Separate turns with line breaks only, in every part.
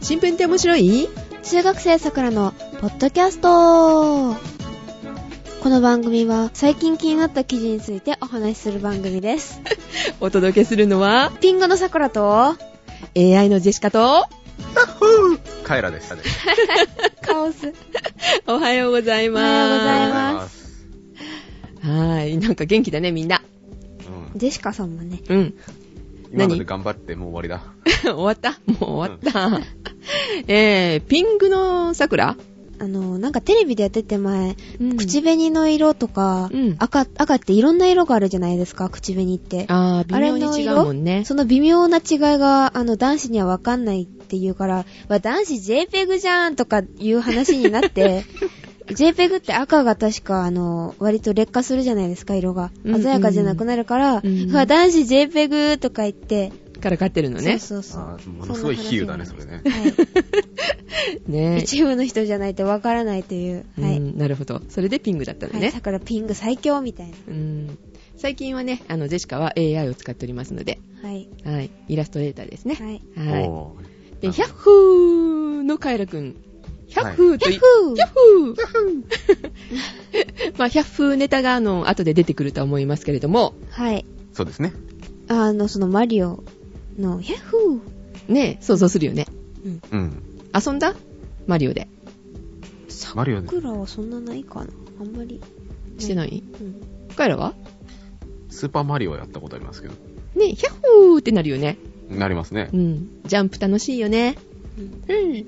新聞って面白い
中学生さくらのポッドキャストこの番組は最近気になった記事についてお話しする番組です
お届けするのは
ピンゴのさくらと
AI のジェシカと
カエラです。
カオス
おはようござい
お
ます。
はようございます
す。
はーい。なんか元気だね、みんな。
うん
ジェシカさんもね
うん。
今ま
何
で頑張ってもう終わ
終わったもう終わった。えー、ピングの桜
あのなんかテレビでやってて前、
うん
口紅の色とか、
うん
赤赤っていろんな色があるじゃないですか口紅って
あー、
あ
微
れ
妙
の
に違
色
うもんね。
その微妙な違いが、あの、男子にはわかんないっていうから、わ男子 JPEG じゃんとかいう話に なって、JPEG って赤が確か、あの、割と劣化するじゃないですか、色が。
うんうん
鮮やかじゃなくなるから、
うん
うわ男子 JPEG とか言って、
からかってるのね。
そうそう
あ
そ
ー
う。
ものすごい比喩だね
んな話にな
それ
りましたは
ね
い。一部の人じゃないとわからないという。
え。
は
う
い。
ん、なるほど。それでピングだったの
は
ね。
い。桜ピング最強みたい
うん。最近はね、あの、ジェシカは AI を使っておりますので、
な。はい。
はい。イラストレーターですね。
はい。
りだ。
は
お
い。
ー
で、ヒャッフーのカエラくん。ヒャッフーと
ヤ
い、
ッフ
ヒャ
ー
ッフーまあ、ヒャッフー ネタが、あの、後で出てくるとは思いますけれども、
はい。
そうですね。
あの、そのマリオの、ヤッフー
ねえ、想像するよね。
うん。
うん。
遊んだマリオで。
マリオで、
僕らはそんなないかなあんまり。
してない
うん。
カエラは
スーパーマリオやったことありますけど。
ねえ、ヒャッフーってなるよね。
なりますね
う。ん。ジャンプ楽しいよね。
う
う
ん
ん。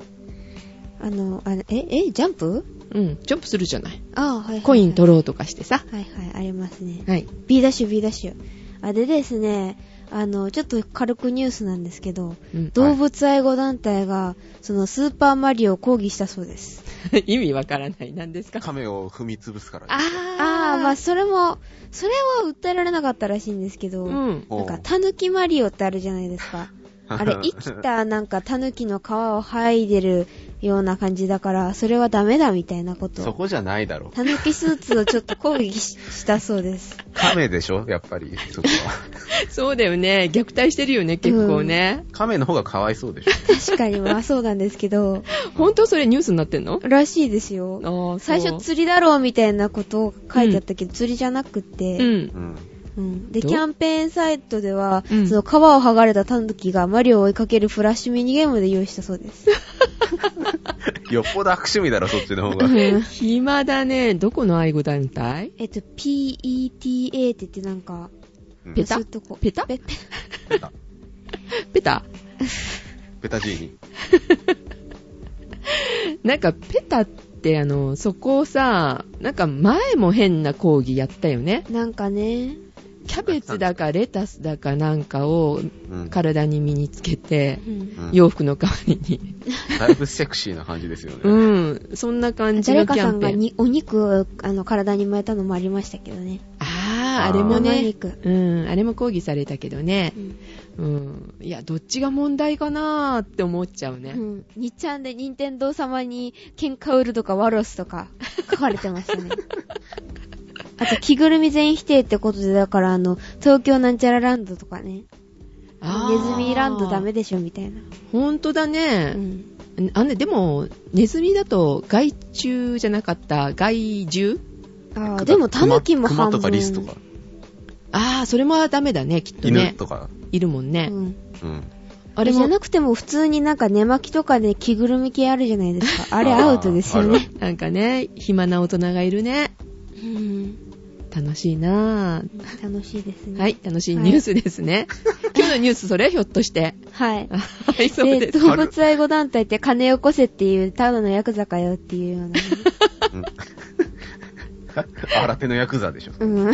あの、あのえ、え、ジャンプ
うん。ジャンプするじゃない。
ああ、はい、はいはい。
コイン取
ろ
ろうとかしてさ。
う。はいはい、ありますね。
はい。
B ダッシュ、B ダッシュ。あ、でですね、あの、ちょっと軽くニュースなんですけど、
うん
動物愛護団体が、そのスーパーマリオを抗議したそうです。
意味わからない。何ですか
亀を踏み潰すから
あ
ね。
ー
ああ、まあ、それも、それは訴えられなかったらしいんですけど、
うん。
なんか、
おう
タヌキマリオってあるじゃないですか。 あれ、生きたなんかタヌキの皮を剥いでるような感じだから、それはダメだみたいなこと
そ
を。
こじゃないだろ。
タヌキスーツをちょっと抗議ししたそうです。
亀でしょやっぱり、そこは。
そうだよね。虐待してるよね、結構ね。
亀の方がかわいそうでしょ。
確かにまあそうなんですけど、
本当それニュースになってんの
らしいです
あ
よ。
ー
最
そう
初釣りだろうみたいなことを書いてあったけど、釣りじゃなくて、
うん
う。ん。
うんで、
ど
キ
う
ャンペーンサイトでは、
うん
その皮を剥がれたタヌキがマリオを追いかけるフラッシュミニゲームで用意したそうです。
よっぽど悪趣味だろ、そっちの方が。
暇だね。どこの愛護団体
えっと、PETA って言ってなんか、
うん
ペタ
そういうとこ
ペタ
ペタ
ペタ
ペタ
ペタジーニ。
なんかペタってあの、そこをさ、なんか前も変な講義やったよね。
なんかね、
キャベツだかレタスだかなんかを
うん。
体に身につけて、
うん
うん
洋服の代わりに。
だいぶセクシーな感じですよね。
うん。そんな感じ
誰
の
か
キャ
さ
ン
ん
ペ
が
ーン。
にお肉をあの体に巻いたのもありましたけどね。
ああ、
あー
あれも
生
ね。
肉。
うん。あれも抗議されたけどね
う。
う
ん
ん。いや、どっちが問題かなーって思っちゃう
う
ね。
ん。にっちゃんで任天堂様に喧嘩売るとかワロスとか書かれてましたね。 あと、着ぐるみ全否定ってことで、だからあの、東京なんちゃらランドとかね。
あ
ネ
ー
ズミランドダメでしょみたいな。
ほんとだ
う
ね。
ん。
あね、でも、ネズミだと害虫じゃなかった害獣
あ
熊
あ、でもタヌキも
熊
半
と
分。
かリスとか、
ああ、それもダメだね、きっと
犬
ね。
とか。
いるもんね。
うん。
うん。
あ
あ
れ
れじ
も
ゃ、なくても普通になんか寝巻きとかで着ぐるみ系あるじゃないですか。あれ
あー
アウトですよ
ある
ね。
なんかね、暇な大人がいるね。
うん。
楽しいなぁ。
楽しいですね。
はい、楽しいニュースです ね。今日のニュースそれひょっとして。
はい。
はい、
で
そうです。
動物愛護団体って金よこせっていう、ただのヤクザかよっていうようなね。
新手のヤクザでしょ。
うん。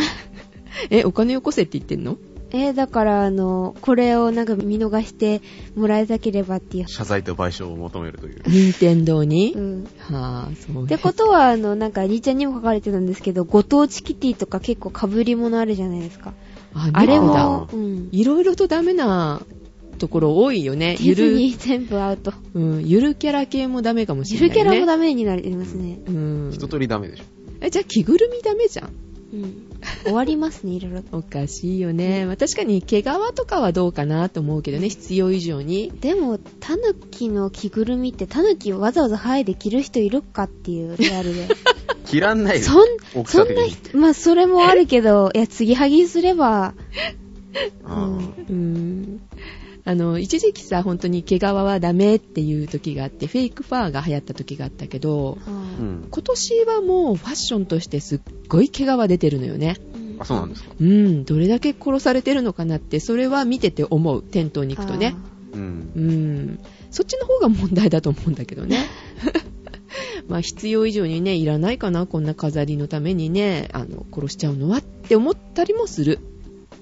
え、お金よこせって言ってんの
えー、だから、あの、これをなんか見逃してもらいたければっていう。
謝罪と賠償を求めるという。
任天堂に
うん。っ
はぁ、そう
て
ね
ことは、あの、なんか、兄ちゃんにも書かれてたんですけど、ご当地キティとか結構被り物あるじゃないですか。
あ
あれ
猫だ
も、うん。
いろいろとダメなところ多いよね。
デ
ゆ
ィズ
る
ニー 全部アウト。
うん、ゆるキャラ系もダメかもし
ゆ
れ
る
ない、
キ
ね。
ャラもダメになりますね。
うん。
一通りダメでしょ。
え、じゃあ着ぐるみダメじゃん。
うん。終わりますね、いろいろと。
おかしいよね。まあ、確かに毛皮とかはどうかなと思うけどね、必要以上に。
でも、タヌキの着ぐるみって、タヌキをわざわざ剥いで着る人いるかっていうリアル で。
切らんないよ
そん
大、き
そ
さ
ん
的
な
に。
人、まあ、それもあるけど、いや、継ぎはぎすれば、
うん
うーんあの、一時期さ、本当に毛皮はダメっていう時があって、フェイクファーが流行った時があったけど、
あ
う
ー
ん。
今年はもうファッションとしてすっごい毛皮出てるのよね。
うん
あ、そうなんですか。
うん、どれだけ殺されてるのかなって、それは見てて思う、店頭に行くとね。
う。
うんん、そっちの方が問題だと思うんだけど ね。まあ必要以上にね、いらないかな、こんな飾りのためにね、あの、殺しちゃうのはって思ったりもする。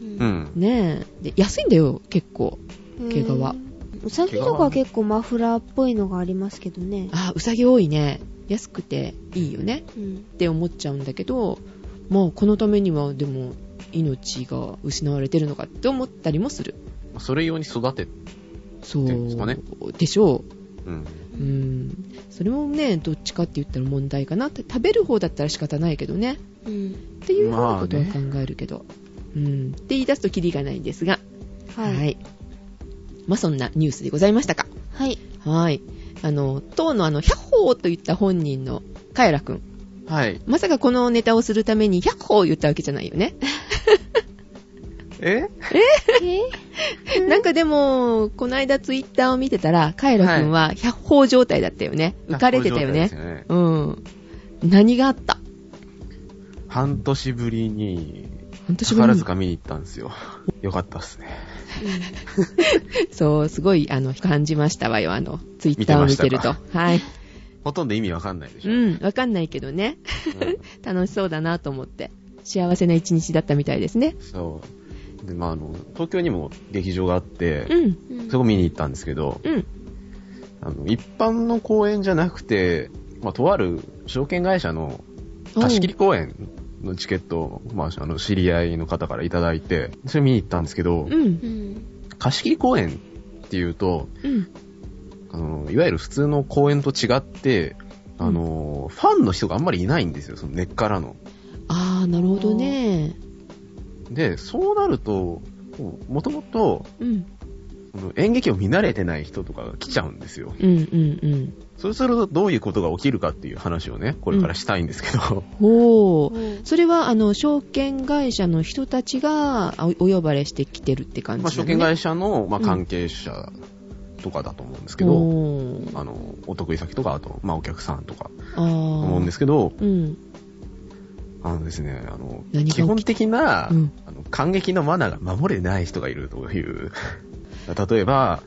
う
うんん。
ねえ。で、安いんだよ、結構。
うん
毛皮
うさぎとかは結構マフラーっぽいのがありますけどね。
あ、うさぎ多いね。安くていいよね
うん
って思っちゃうんだけど、まあこのためにはでも命が失われてるのかって思ったりもする。
それ用に育て、
そ
っていうんですかね
う。でしょ
うん。
う。うん。それもね、どっちかって言ったら問題かなって。食べる方だったら仕方ないけどね。
うん
っていうようなことは
まあ
考えるけど。うん。って言い出すとキリがないんですが。
はい。
は
はい。
い。まあそんなニュースでございましたか。 はい。あの、当のあの、百歩と言った本人のカエラくん。
はい。
まさかこのネタをするために100歩言ったわけじゃないよね。
え
え
なんかでも、この間ツイッターを見てたら、カエラくんは100歩状態だったよね。浮かれてたよね。
こういう状態です
うん。何があった
半年ぶりに、
半年ぶり
宝
に。
塚見に行ったんですよ。よかったっすね。
そう、すごい、あの、感じましたわよ、あの、ツイッターを見てると。
見
はい。
ほとんど意味わかんないでしょ。
うん、わかんないけどね。楽しそうだなと思って。幸せな一日だったみたいですね。
うんそう。で、まあ、あの、東京にも劇場があって、
うん、
うん
そこ見に行ったんですけど、
うん、
あの、一般の公演じゃなくて、まあ、とある証券会社の貸し切り公演のチケットを、まあ、あの、知り合いの方からいただいて、それ見に行ったんですけど
う、ん
う、ん。
貸し切り公演っていうと、
うん。
あの、いわゆる普通の公演と違って、あの、ファンの人があんまりいないんですよ、その根っからの。
あー、なるほどね。
で、そうなると、こうもともと、
うん、
その演劇を見慣れてない人とかが来ちゃうんですよ。
うん、うん、うん。
そうするとどういうことが起きるかっていう話をね、これからしたいんですけど。
ほー。
うん
それは、あの、証券会社の人たちがあお呼ばれしてきてるって感じ
まあ、
なの、
証
ね
券
社
会社の、まあ、関係者とかだと思うんですけど、あの、お得意先とか、あと、まあ、お客さんとか、
あー
思うんですけど、
うん。
あのですね、あの
何が起、き
基本的な、
うん
あの、感激のマナーが守れない人がいるという、 例えば、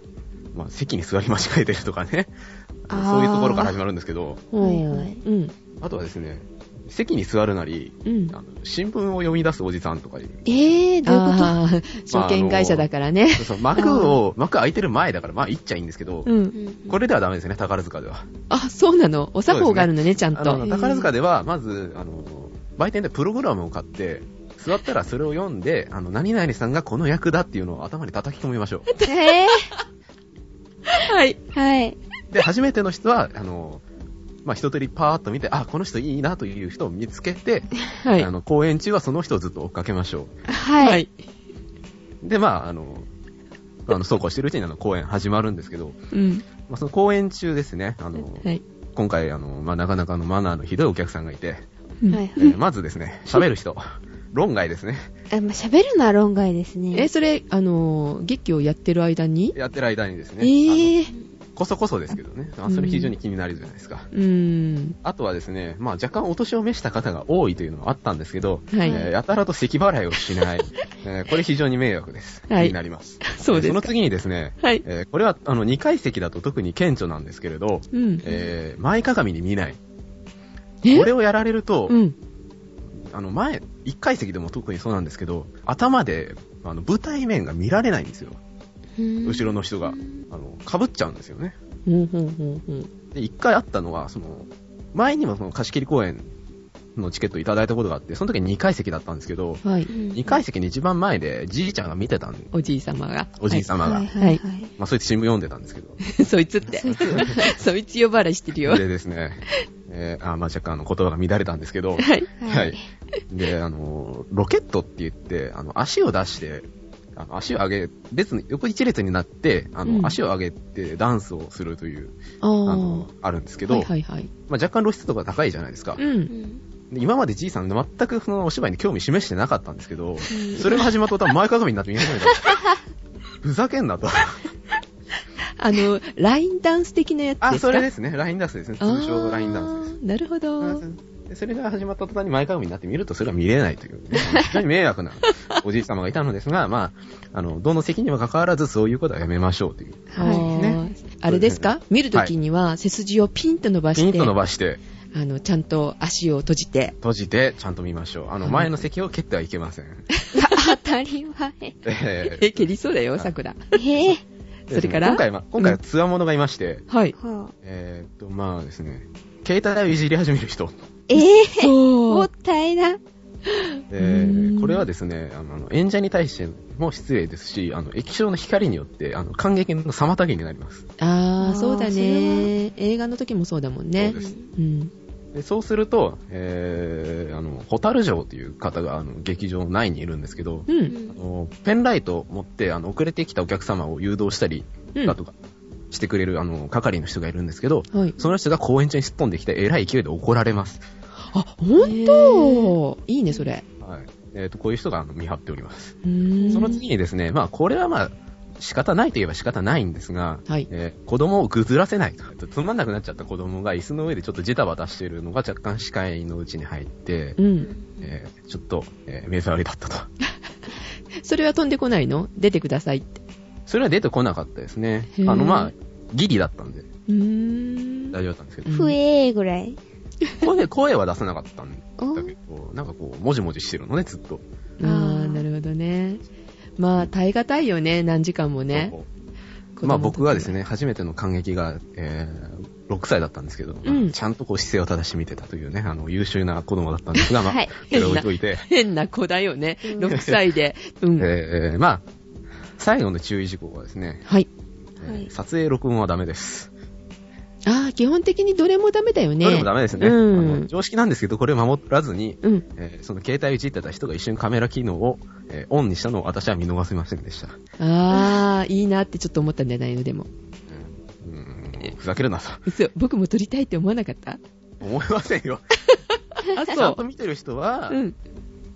まあ、席に座り間違えてるとかね、あの
あー
そういうところから始まるんですけど、
はいはい
うん。
あとはですね、席に座るなり、
うん。
あの新聞を読み出すおじさんとかいる。
えー、どういうこと
ああ、証券会社だからね。
そうそう幕 を、幕開いてる前だから、まあ、行っちゃいいんですけど、
うん。
これではダメですね、宝塚では。
あ、そうなの。お作法があるのね、ちゃん
あの、
と。
宝塚では、まず、あの、売店でプログラムを買って、座ったらそれを読んで、あの、何々さんがこの役だっていうのを頭に叩き込みましょ
れ。え
はい。
ー、はい。
う。で、初めての人は、あの、まあ、一通りパーッと見て、あ、この人いいなという人を見つけて、
はい
あ。の、公演中はその人をずっと追っかけましょ
はい。
い。
う。で、まあ、あの、あの、そうこうしてるうちにあの、公演始まるんですけど、
うん。
まあ、その公演中ですね、あの、
はい。
今回、あの、まあ、なかなかのマナーのひどいお客さんがいて、
うん
はい。
えーまずですね、喋る人、論外ですね。
あまあ喋るのは論外ですね。
え、それ、あのー、劇をやってる間に
やってる間にですね、
ええー。
あのこそこそですけどね、まあ、それ非常に気になるじゃないですか。
うん。
あとはですね、まあ若干お年を召した方が多いというのはあったんですけど、
は
えー
い。
やたらと咳払いをしない。えーこれ非常に迷惑です。
はい
気になります。
そうです
その
か。
次にですね、
はい。
えーこれはあの2階席だと特に顕著なんですけれど、
うん。
えー前鏡に見ない。
え
これをやられると、
うん。
あの前、1階席でも特にそうなんですけど、頭であの舞台面が見られないんですよ。後
後
ろの人が。あの、被っちゃうんですよね。
ほうほうほうほう。
で、一回あったのは、その、前にもその貸し切り公演のチケットいただいたことがあって、その時に2階席だったんですけど、
はい。
2階席に一番前でじいちゃんが見てたん
おじい様が。
おじい様が。
はいはいはい。
まあ、そうやって新聞読んでたんですけど。
はいそいつって。そいつ呼ばれしてるよ。
でですね、えーあまあ、若干あの言葉が乱れたんですけど、はい。
はい。
で、あの、ロケットって言って、あの、足を出して、あの足を上げ、列に、横一列になって、あの、
うん
足を上げてダンスをするという、
あ
あ
ー
の、あるんですけど、
はいはいはい。
まあ、若干露出度が高いじゃないですか。
う。
うんん
で今までじいさん全くそのお芝居に興味示してなかったんですけど、
うん
それが始まると多分前かがみになって見始めた。ふざけんなと。
あの、ラインダンス的なやつですか。
あ、それですすね。ラインダンスですね。
あー
通称ラインダンスです。
なるほど。
でそれが始まった途端に前かがみになって見るとそれは見れないという、ね、非常に迷惑なおじい様がいたのですが、まあ、あの、どの席にも関わらずそういうことはやめましょうという。
はい、
ね
あれですか見るときには背筋をピンと伸ば
ピ
し
ン
て、
と伸ばして、
あの、ちゃんと足を閉じて、
閉じて、ちゃんと見ましょう。あの、前の席を蹴ってはいけません。
当たり前。
え
え、蹴りそうだよ、桜。
ええ
ー
それから
今回は、今回はツアーものがいまして、
はい。
はあ
えーっと、まあですね、携帯をいじり始め る人。
ええも
そ
っ。たいな。
う
えー
ん
これはですね、あのあの演者に対しても失礼ですし、あの液晶の光によってあの感激の妨げになります。
あー、
あー
そうだね。映画の時もそうだもんね
そうで。す
うん。
でそうすると、えーあの、ホタル城という方があの劇場の内にいるんですけど、
う。
うん
あ
ん
のペンライトを持ってあの遅れてきたお客様を誘導したり
うん。
だとかしてくれる、あの係の人がいるんですけど、
はい。
その人が公演中にすっ飛んできて、えらい勢いで怒られます。
あ、ほんといいね、それ。
はい。えーと、こういう人があの見張っております。
うーん
その次にですね、まあ、これはまあ、仕方ないといえば仕方ないんですが、
はい
えー子供をぐずらせないと。つまんなくなっちゃった子供が椅子の上でちょっとジタバタしてるのが若干視界のうちに入って、
うん。
えーちょっと、えー目障りだったと。
それは飛んでこないの出てくださいって。
それは出てこなかったですね。
へー
あの、まあ、ギリだったんで
うーん。
大丈夫だったんですけど
うん、
ふえーぐらい。
声声は出さなかったんだ
お
けど、なんかこう、もじもじしてるのね、ずっと。
あー、なるほどね。まあ、耐え難いよね、何時間もね。
そうまあ僕がですね、初めての感激が、えー6歳だったんですけど、
うん
ちゃんとこう姿勢を正して見てたというね、あの、優秀な子供だったんですが、まあ、
はい
それを置いといて、
変な子だよね。
うん
6歳で。うん。
えーまあ、最後の注意事項はですね、
はい。
えー
はい
撮影録音はダメです。
ああ、基本的にどれもダメだよね。
どれもダメですね、
うん
あの常識なんですけど、これを守らずに、
うん。
えーその携帯をいじってた人が一瞬カメラ機能を、えーオンにしたのを私は見逃せませんでした。
ああ、いいなってちょっと思ったんじゃないの、でも。
うんうんふざけるなと。
嘘、僕も撮りたいって思わなかった
思いません よ。
あ、
ちゃん
そ
と見てる人は、
う。うん。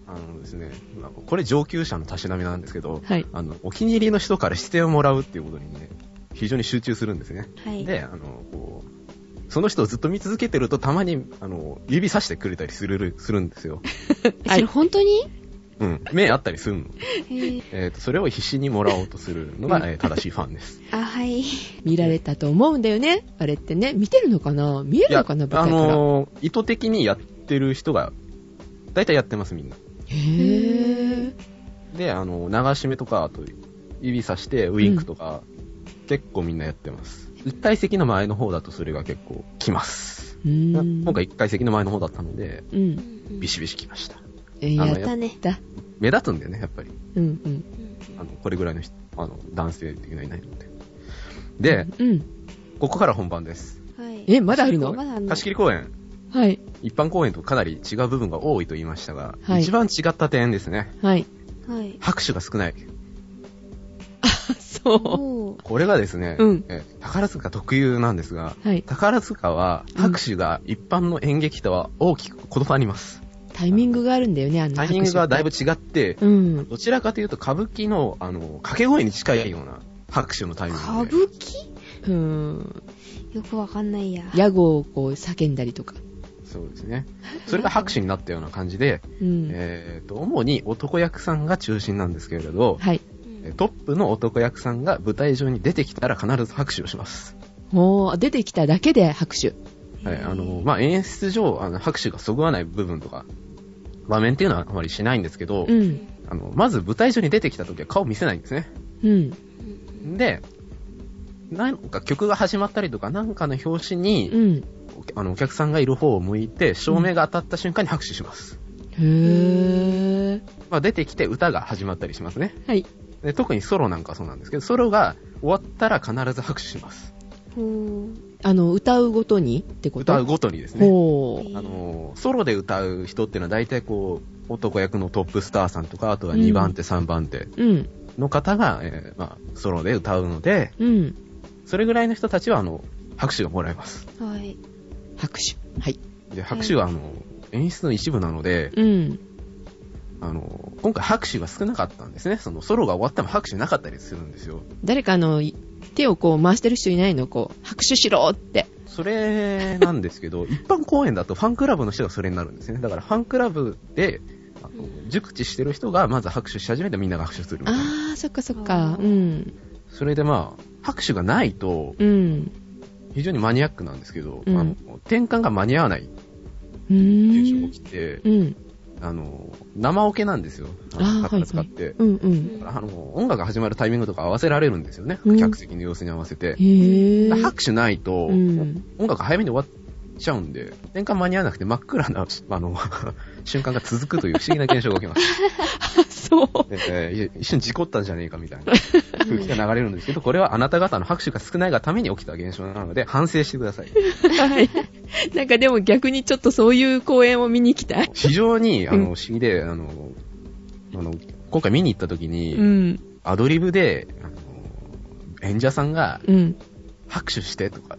あのですね、まあこれ上級者のたしなみなんですけど、
はい
あの、お気に入りの人から視線をもらうっていうことにね、非常に集中するんですね。
はい。
で、あの、こう、その人をずっと見続けてると、たまに、あの、指さしてくれたりする、する んですよ。
それ本当に
うん。目あったりするの。
えー
えっ、と、それを必死にもらおうとするのが、えー正しいファ ンです。
あ、はい。
見られたと思うんだよね。あれってね。見てるのかな見えるのかな、
い
舞
やあ
台から。
のー意図的にやってる人が、大体やってます、みんな。
へぇー。
で、あの、流し目とか、あと、指さして、ウインクとか、結構みんなやってます。一体席の前の方だとそれが結構来ます。
うーん
今回一体席の前の方だったので、
うん。
ビシビシ来ました。
えー
あ
や
の
っ
やったね。
た。
目立つんだよね、やっぱり。
うん、うん。
あの、これぐらいの人、あの、男性っていうのはいないので。で、
うん。
ここから本番です。
はい。
え、まだあるの
まだあんの
貸し切り公演、
はい。
一般公演とかなり違う部分が多いと言いましたが、
はい
一番違った点ですね。
はい。
はい。
拍手が少ない。
そ
おー
これがですね、
うん
え宝塚特有なんですが、
う。はい。
宝塚は拍手が一般の演劇とは大きく異なります。
タイミングがあるんだよね、あの
タイミングがだいぶ違って、
うん。
どちらかというと歌舞伎の、あの、掛け声に近いような拍手のタイミン
歌
グで。
舞伎
うん。
よくわかんないや。
屋号をこう叫んだりとか。
そうですね。それが拍手になったような感じで、
うん。
えっ、と、主に男役さんが中心なんですけれど、
はい。
うん
えトップの男役さんが舞台上に出てきたら必ず拍手をします。
もう、出てきただけで拍手。
はい、あの、まあ、演出上、あの拍手がそぐわない部分とか、場面っていうのはあまりしないんですけど、
うん。
あの、まず舞台上に出てきた時は顔見せないんですね。
うん。
で、なんか曲が始まったりとか、なんかの表紙に、
うん。
あの、お客さんがいる方を向いて、照明が当たった瞬間に拍手します。
へー。
まあ、出てきて歌が始まったりしますね。
はい。
で特にソロなんかそうなんですけど、ソロが終わったら必ず拍手します。
ほ
あの、歌うごとにってこと
歌うごとにですね。
ほ
と
う。
に
あの、ソロで歌う人っていうのは大体こう、男役のトップスターさんとか、あとは2番手、3番手
うん、
の方が、えーまあ、ソロで歌うので、
うん。
それぐらいの人たちは、あの、拍手がもらえます。
う。はい。
拍手。はい。
で、拍手は、あの、演出の一部なので、
うん。
あの、今回拍手が少なかったんですね。その、ソロが終わっても拍手なかったりするんですよ。
誰かあの、手をこう回してる人いないのこう、拍手しろって。
それなんです けど、一般公演だとファンクラブの人がそれになるんですね。だからファンクラブで、あの熟知してる人がまず拍手し始めてみんなが拍手するみたいな。
あー、そっかそっか
あ。ー
うん。
それでまあ、拍手がないと、
うん。
非常にマニアックなんですけど、
うん
あの転換が間に合わないって
う
いう
ー
人が
ん。
起きて、
うん。
あの、生オケなんですよ。
あー
カッ使って。
うんうん。
あの、音楽が始まるタイミングとか合わせられるんですよね。
うん
客席の様子に合わせて。
へー。
拍手ないと、
うん
音楽早めに終わっちゃうんで、転換間に合わなくて真っ暗な、あの、 瞬間が続くという不思議な現象が起きます。
そう。
えー一瞬事故ったんじゃねえかみたいな空気が流れるんですけど、これはあなた方の拍手が少ないがために起きた現象なので、反省してください。
はい。なんかでも逆にちょっとそういう公演を見に行きたい。
非常に、あ
うん
の、不思議で、あの、あの、今回見に行った時に、
うん。
アドリブで、あの演者さんが
うん。
拍手してとか、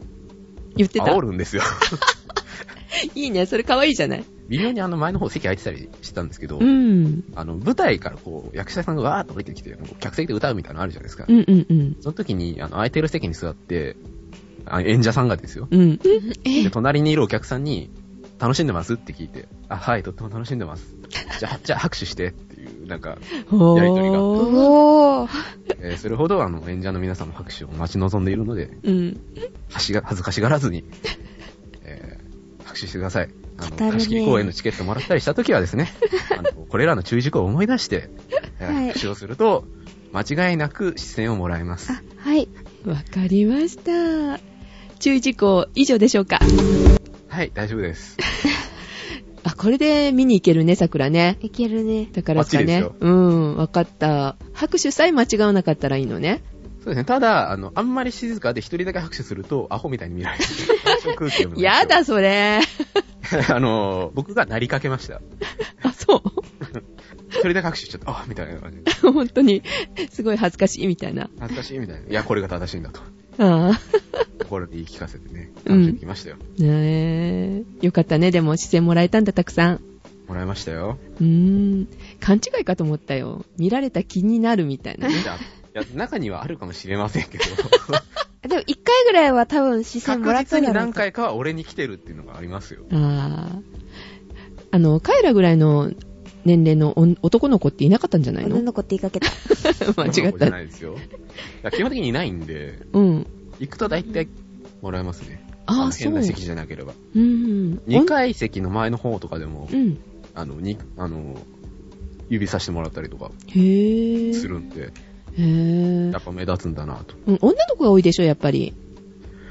言ってた
煽。るんですよ。
いいね。それ可愛いじゃない。
微妙にあの前の方席空いてたりしてたんですけど、
うん。
あの、舞台からこう、役者さんがわーっと降りてきて、客席で歌うみたいなのあるじゃないですか
う。んうんうん。
その時に、あの、空いてる席に座って、あ演者さんがですよ。
うん。
で、隣にいるお客さんに、楽しんでますって聞いて、あ、はい、とっても楽しん でます。じゃあ、じゃあ拍手してっていう、なんか、
ほ
やりとりが
お
ー。
おー。
えーそれほどあの、演者の皆さんの拍手を待ち望んでいるので、
うん。
はしが、恥ずかしがらずに、 えー拍手してください。あ
語
の、
るね
貸し切り公演のチケットもらったりしたときは ですね、あの、これらの注意事項を思い出して、えー
はい
拍手をすると、間違いなく視線をもらえます。
あ、はい。
わかりました。注意事項以上でしょうか。
はい、大丈夫です。
あ、これで見に行けるね、桜ね。
いけるね。
だからさ
バッチリです
ね
よ。
うん。わかった。拍手さえ間違わなかったらいいのね。
そうですね。ただ、あの、あんまり静かで一人だけ拍手すると、アホみたいに見 られる。私は空気を読むんですよ
やだ、それ。
あの、僕がなりかけました。
あ、そう。
一人だけ拍手しちゃった。あみたいな感じで。
本当に、すごい恥ずかしいみたいな。
恥ずかしいみたいな。いや、これが正しいんだと。
あ あ。
心で言い聞かせてね、
うん
拍手できましたよ。
ねえ。よかったね。でも、視線もらえたんだ、たくさん。
もらいましたよ。
うーん。勘違いかと思ったよ。見られた気になるみたいなね。
いや、いや中にはあるかもしれませんけど、
でも一回ぐらいは多分視線も
確
らった
実
ん
に
だろ
何
うか。
回かは俺に来てるっていうのがありますよ。
ああ。あの、彼らぐらいの年齢のお男の子っていなかったんじゃない
女
の
の子って言いかけた。
間違っ
じゃ
た。
ないですよ。いや基本的にいないんで、
うん。
行くと大体もらえますね。
あ
の
あ、そ
変
う。
な席じゃなければ。
うん。
2階席の前の方とかでも
おん。、うん。
あの、に、あの、指さしてもらったりとか
へえ。
するんで、
へえ
や。っぱ目立つんだなと。
うん女の子が多いでしょ、やっぱり。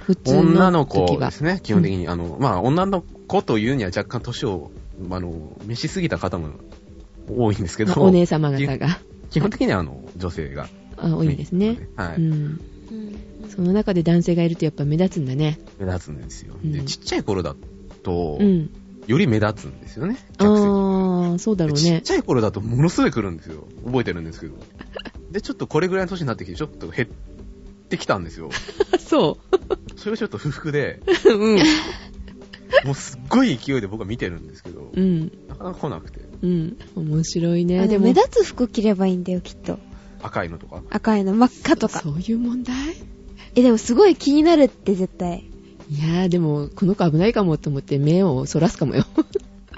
普通の時は。
女の子ですね、基本的に。あの、まあ、女の子というには若干年を、あの、召しすぎた方も多いんですけど、
お姉様方が。
基本的にはあの、女性が
あ多いんですね。。
は
う
い。
ん。
うん
その中で男性がいるとやっぱ目立つんだね。
目立つんですよ。
うん
で、ちっちゃい頃だと
う、ん。
より目立つんですよね。客席
ああ、そうだろう
でちっ
ね。
ちゃい頃だとものすごい来るんですよ。覚えてるんですけど。で、ちょっとこれぐらいの年になってきて、ちょっと減ってきたんですよ。
そ
それがちょっと不 服で、
う。うん。
もうすっごい勢いで僕は見てるんですけど、
うん。
なかなか来なくて、
うん。面白い
あ
ね。
の
でも、
目立つ服着ればいいんだよ、きっと。
赤いのとか。
赤いの、真っ赤とか。
そういう問題
え、でもすごい気になるって絶対。
いやー、でも、この子危ないかもと思って目をそらすかもよ。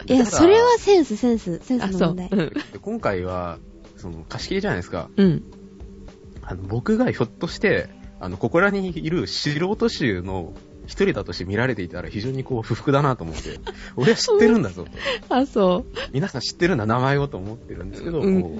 いや、
ただ
それはセンス、センス、セン
あ、そ
スの
う。
問題。
うん。
で今回は、その、貸し切りじゃないですか。
うん。
あの、僕がひょっとして、あの、ここらにいる素人衆の一人だとして見られていたら非常にこう、不服だなと思 って、俺は知ってるんだぞと。
あ、そ
皆さん知ってるんだ、名前をと思ってるんですけど、
うん
こ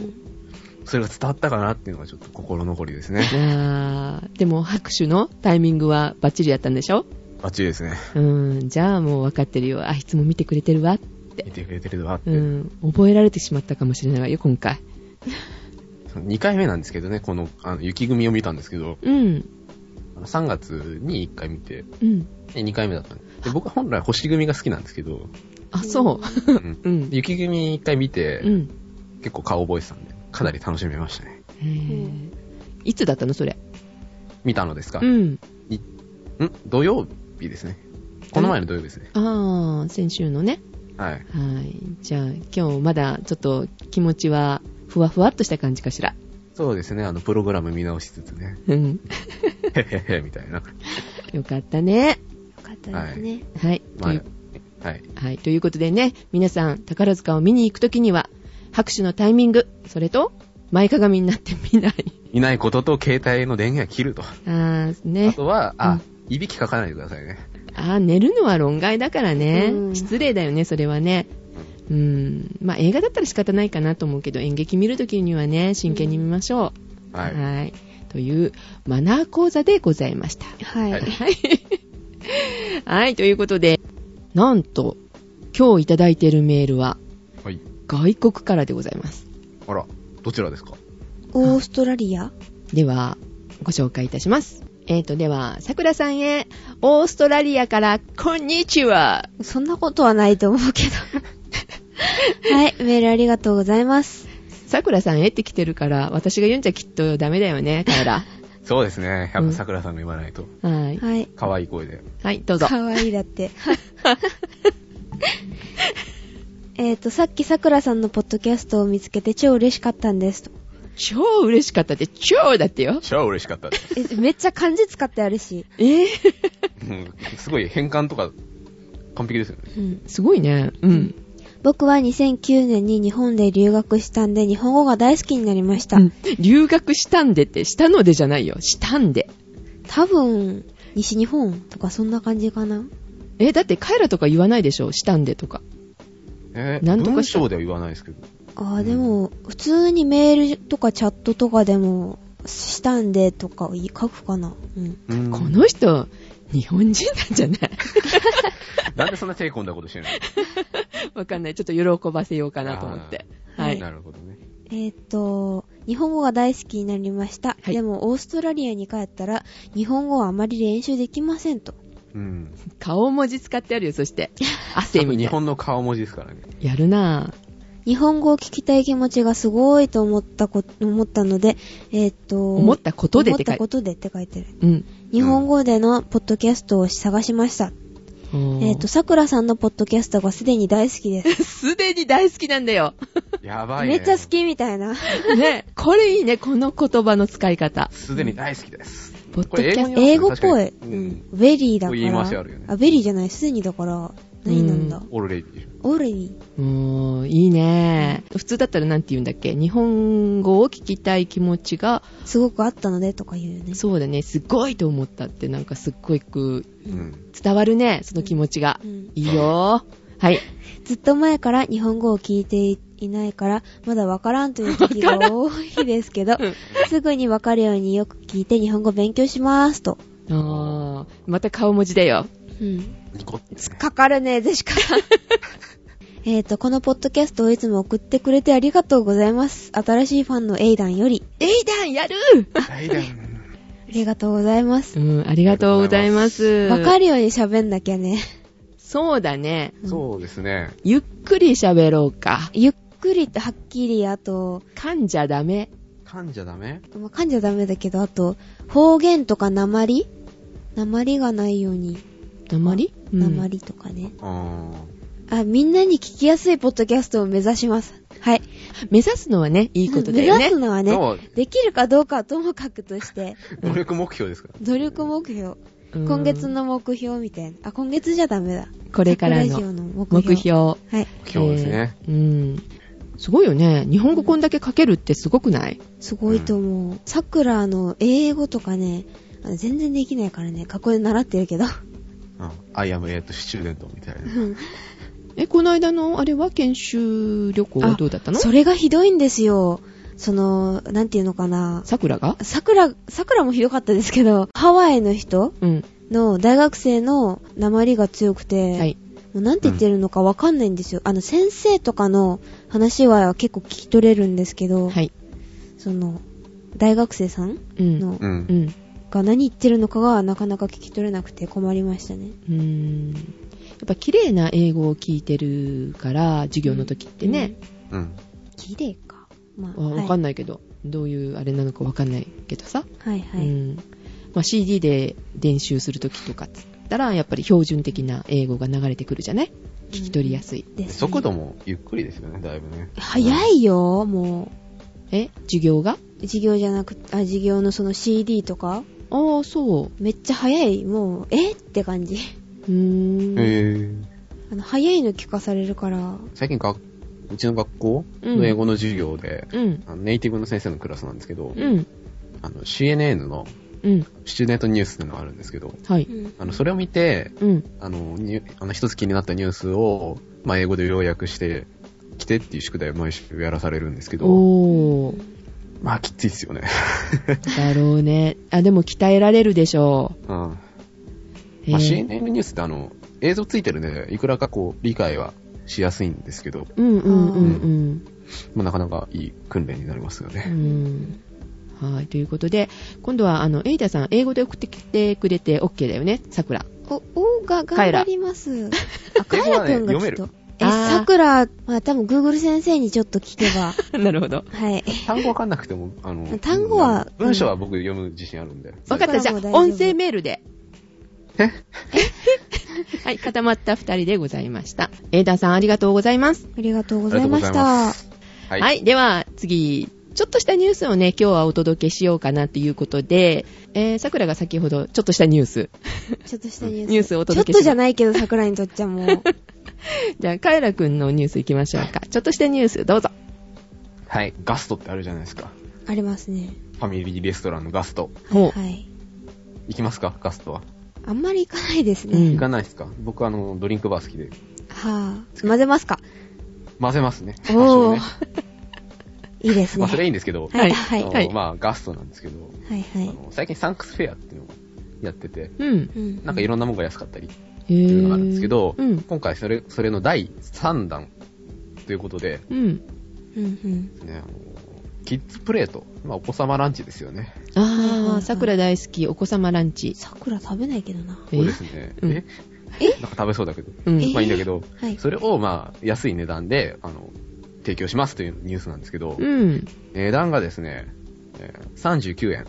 うそれが伝わったかなっていうのがちょっと心残りですね
う。。あー、でも拍手のタイミングはバッチリだったんでしょ
バッチリですね。
うん。じゃあもう分かってるよ。あ、いつも見てくれてるわ。
見てくれてるわって。
うん。覚えられてしまったかもしれないわよ、今回。
2回目なんですけどね、このあの雪組を見たんですけど、
うん。
かな、3月に1回見て、
うん。
で2回目だったんですで僕は本来星組が好きなんです けど、
あ、そうう。うんん。
雪組1回見て、
うん。
結構顔覚えてたんで、かなり楽しめましたね。
へーいつだったのそれ。
見たのですか、
うん。
ん土曜日ですね。この前の土曜日ですね。
ああ、先週のね。
はい。
はい。じゃあ、今日まだちょっと気持ちはふわふわっとした感じかしら。
そうですね、あの、プログラム見直しつつ ね、
うん。
へへへ、みたいな。
よかったね。
かったですね。
はい。
ま
とい
あ
う、
はい。
はい。ということでね、皆さん、宝塚を見に行くときには、拍手のタイミング、それと、前かがみになってみない。
いないことと携帯の電源は切ると。
あー
あ
ね。
とは、あ、
うん
いびきかかないでくださいね。
あー寝るのは論外だからね
う。ん
失礼だよね、それはね。うん。まあ、映画だったら仕方ないかなと思うけど、演劇見るときにはね、真剣に見ましょう。
はい。
はい。という、マナー講座でございました。
はい。
はい
はい。 はい、ということで、なんと、今日いただいているメールは、
はい。
外国からでございます。
あら、どちらですか
オーストラリア
では、ご紹介いたします。えーと、では、さくらさんへ、オーストラリアから、こんにちは。
そんなことはないと思うけど。はい、メールありがとうございます。
さくらさんへって来てるから、私が言うんじゃきっとダメだよね、カエ ラ。
そうですね。
う
100
ん
桜さんが言わないと。
はい。
はい。
可愛い声で。
はい、どうぞ。
かわいいだって。えっと、さっきさくらさんのポッドキャストを見つけて超嬉しかったんですと。
超嬉しかったって、超だってよ。
超嬉しかったです。
え、めっちゃ漢字使ってあるし。
えー、
うんすごい変換とか、完璧ですよね。
うん。
すごいね。うん。
僕は2009年に日本で留学したんで、日本語が大好きになりました。
うん留学したんでって、したのでじゃないよ。したんで。
多分、西日本とかそんな感じかな。
え、だってカエラとか言わないでしょしたんでとか。
え
なんとか
文
した
章では言わないですけど。
ああ、でも、普通にメールとかチャットとかでも、したんでとか書くかな。うん。
うん
この人、日本人なんじゃ ない
なんでそんな手込んだことしてる
わかんない。ちょっと喜ばせようかなと思って。
あ
は
ー
の
い。
なるほどね。
えーっと、日本語が大好きになりました。
はい
でも、オーストラリアに帰ったら、日本語はあまり練習できませんと。
うん。
顔文字使ってあるよ、そして。汗みたい
日本の顔文字ですからね。
やるなぁ。
日本語を聞きたい気持ちがすごいと思ったこ、思ったので、えーっと、
思ったことでっ
思
て書い
った
て
ことでって書いてる。
うん。
日本語でのポッドキャストを探しました。えーっと、さくらさんのポッドキャストがすでに大好きです。
すでに大好きなんだ よ。
やばい
め
ね。
っちゃ好。きみたいな。
ね。これいいね、この言葉の使い方。
すでに大好きです。
ポッドキャス
これ
英語っぽい。
確
う
かにうん
ん。ベリーだ
こ
か
う
ら。
いう言い回しあるよね
あ、ベリーじゃない。すでにだから、何なんだ。
オールレイディ
オーレリー。
ト。もう、いいね。普通だったらなんて言うんだっけ日本語を聞きたい気持ちが、
すごくあったのでとか言うよね。
そうだね、すごいと思ったって、なんかすっごいく
うん。
伝わるね、その気持ちが
う。ん
いいよー。はい。
ずっと前から日本語を聞いていないから、まだわからんという時が多いですけど、すぐにわかるようによく聞いて日本語勉強しますと。
あーまた顔文字だよ。
うん。
ニコってね。
かかるね、でしか。 えっと、このポッドキャストをいつも送ってくれてありがとうございます。新しいファンのエイダンより、
エイダンやる
大胆。
ありがとうございます
う。ん、ありがとうございます。
わか
る
るように喋んなきゃね。
そうだね。
そうですね。
ゆっくり喋ろうか。
ゆっくりとはっきり、あと、
噛んじゃダメ。
噛んじゃダメ
まあ、噛んじゃダメだけど、あと、方言とか鉛鉛がないように、
鉛うん
鉛とかね、
うーん。
あ、みんなに聞きやすいポッドキャストを目指します。はい。
目指すのはね、いいことだよ
目
ね
指す。のはね、
そう。
できるかどうかはともかくとして、
努力目標ですから。
努力目標、
うん
今月。の目標みたいな。あ、今月じゃダメだ。
これから
ラジオ
の
の
目
目標。
標。
はい。
目標ですね。
えーうん。すごいよね。日本語こんだけ書けるってすごくない
すごいと思う。さくらの英語とかね、あの全然できないからね、学校で習ってるけど。
うん。I am a student みたいな。
え、この間のあれは研修旅行はどうだったの
それがひどいんですよ。その、なんていうのかな。
桜が
桜、桜もひどかったですけど、ハワイの人
うん。
の大学生の鉛が強くて、
はい。
もうなんて言ってるのかわかんないんですよ。あの、先生とかの話は結構聞き取れるんですけど、
はい。
その、大学生さん
うん。
の
う
う。
んん。
が何言ってるのかがなかなか聞き取れなくて困りましたね。
うーんやっぱ綺麗な英語を聞いてるから授業の時ってね、
うん。
綺麗か。まあ、
わわかんな
ない。
いけど、どういうあれなのかわかんないけどさ、
はいは
う
い。
んまあ、CD で練習するときとかっつったらやっぱり標準的な英語が流れてくるじゃない聞き取りやすい、
ですね
速度もゆっくりですよね、だいぶね。
早いよ、も
え授業が
う。授業じゃなく、あ、授業のその CD とか、
ああそう
めっちゃ早い。もう、えって感じ。
うーん、
へー
あの、早いの聞かされるから、
最近学、うちの学校の英語の授業で、
うん
あのネイティブの先生のクラスなんですけど、
うん
あの CNN の
うん
シチュネートニュースっていうのがあるんですけど、
はい
あのそれを見て、
うん
あの、にあの一つ気になったニュースを、まあ、英語で要約してきてっていう宿題を毎週やらされるんですけど、
おー
まあ、きついっすよ ね。
だろうねあでも鍛えられるでしょ
うん。ま
う、
あ、
えー
CNN ニュースってあの、映像ついてるんで、いくらかこう、理解はしやすいんですけど、
うんうんうんうん
まあ、なかなかいい訓練になりますよ
う
ね。
んはい、ということで、今度は、あの、エイダさん、英語で送ってきてくれて OK だよね、さく ら。
お、おが頑張ります。あ、カ
英
エ
語は
ラ
ね
くんがちょっ
読
と
め。
え、
あー
さくら、まあ多分 Google 先生にちょっと聞けば、
なるほど。
はい。
単語わかんなくても、あの、
単語は
文章は僕読む自信あるんで。
わかった、じゃあ、
さくらも大丈夫
音声メールで。
え
はい、固まった二人でございました。エイダさん、ありがとうございます。
ありがとうございまし
あ
た。
は。
はいい、では、次。ちょっとしたニュースをね、今日はお届けしようかなということで、えー、さくらが先ほど、ちょっとしたニュース。
ちょっとしたニュース。
ニュースをお届けします
ちょっとじゃないけど、桜にとっちゃもう。
じゃあ、カエラくんのニュースいきましょうか。ちょっとしたニュース、どうぞ。
はい。ガストってあるじゃないですか。
ありますね。
ファミリーレストランのガスト。
ほう
はい。
行きますかガストは。
あんまり行かないです
う
ね。
ん
行かないですか僕あの、ドリンクバー好きで。
はぁ。混ぜますか。
混ぜますね。
お
多少
ー
ね。
いいですね。
まあ、それはい
い。
いんですけど、
はい。
あ
はい。
の
はい
まあ、ガストなんですけど、
はい。は
あ
い。
の最近サンクスフェアっていうのをやってて、
うん。
うん
なんかいろんなものが安かったりって
へ
い
ー
うのがあるんですけど、
うん。
今回それ、それの第3弾ということで、
うん。
うんうん。
ね、あのキッズプレート、まあ、お子様ランチですよね。
はいはい
あ
は
あ、
い
さくら大好き、お子様ランチ。
桜食べないけどな。
え
ここですね。
うん
えなんか食べそうだけど。
うん
え
まあいいんだけど、
はい。
それをまあ、安い値段で、あの、提供しますというニュースなんですけど、
うん。
値段がですね、えー39円。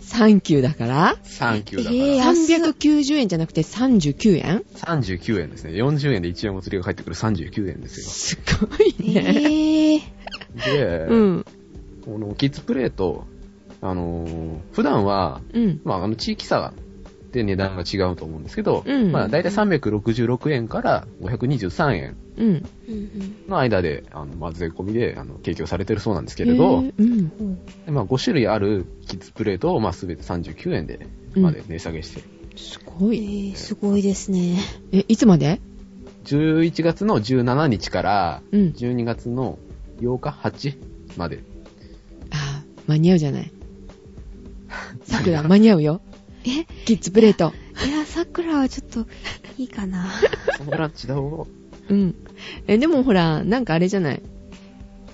サンキューだから、
39だから。
えー安っ
390円じゃなくて39円
39円ですね。40円で1円お釣りが入ってくる39円です
すごいね。
えぇ
よ。で、
うん。
このキッズプレート、あのー普段は、
うん。
まあ、あの、地域差で値段が違うと思うんですけど、
うん
まあ、だいたい366円から523円
うん。
うんうん。
の間で、あの、まあ、税込みで、あの、提供されてるそうなんですけれど
へ、ーうん。
ほう
まあ、5種類あるキッズプレートを、まあ、すべて39円で、
うん
まで値下げしてる。
すご
え
い。
ーすごいですね。
え、いつまで
11月の17日から、
うん。
12月の8日、8まで。
ああ、間に合うじゃ ない。さくら、間に合うよ。
え
キッズプレート。
いや、桜はちょっと、いいかな。
そのブランチだを、
うん。え、でもほら、なんかあれじゃない。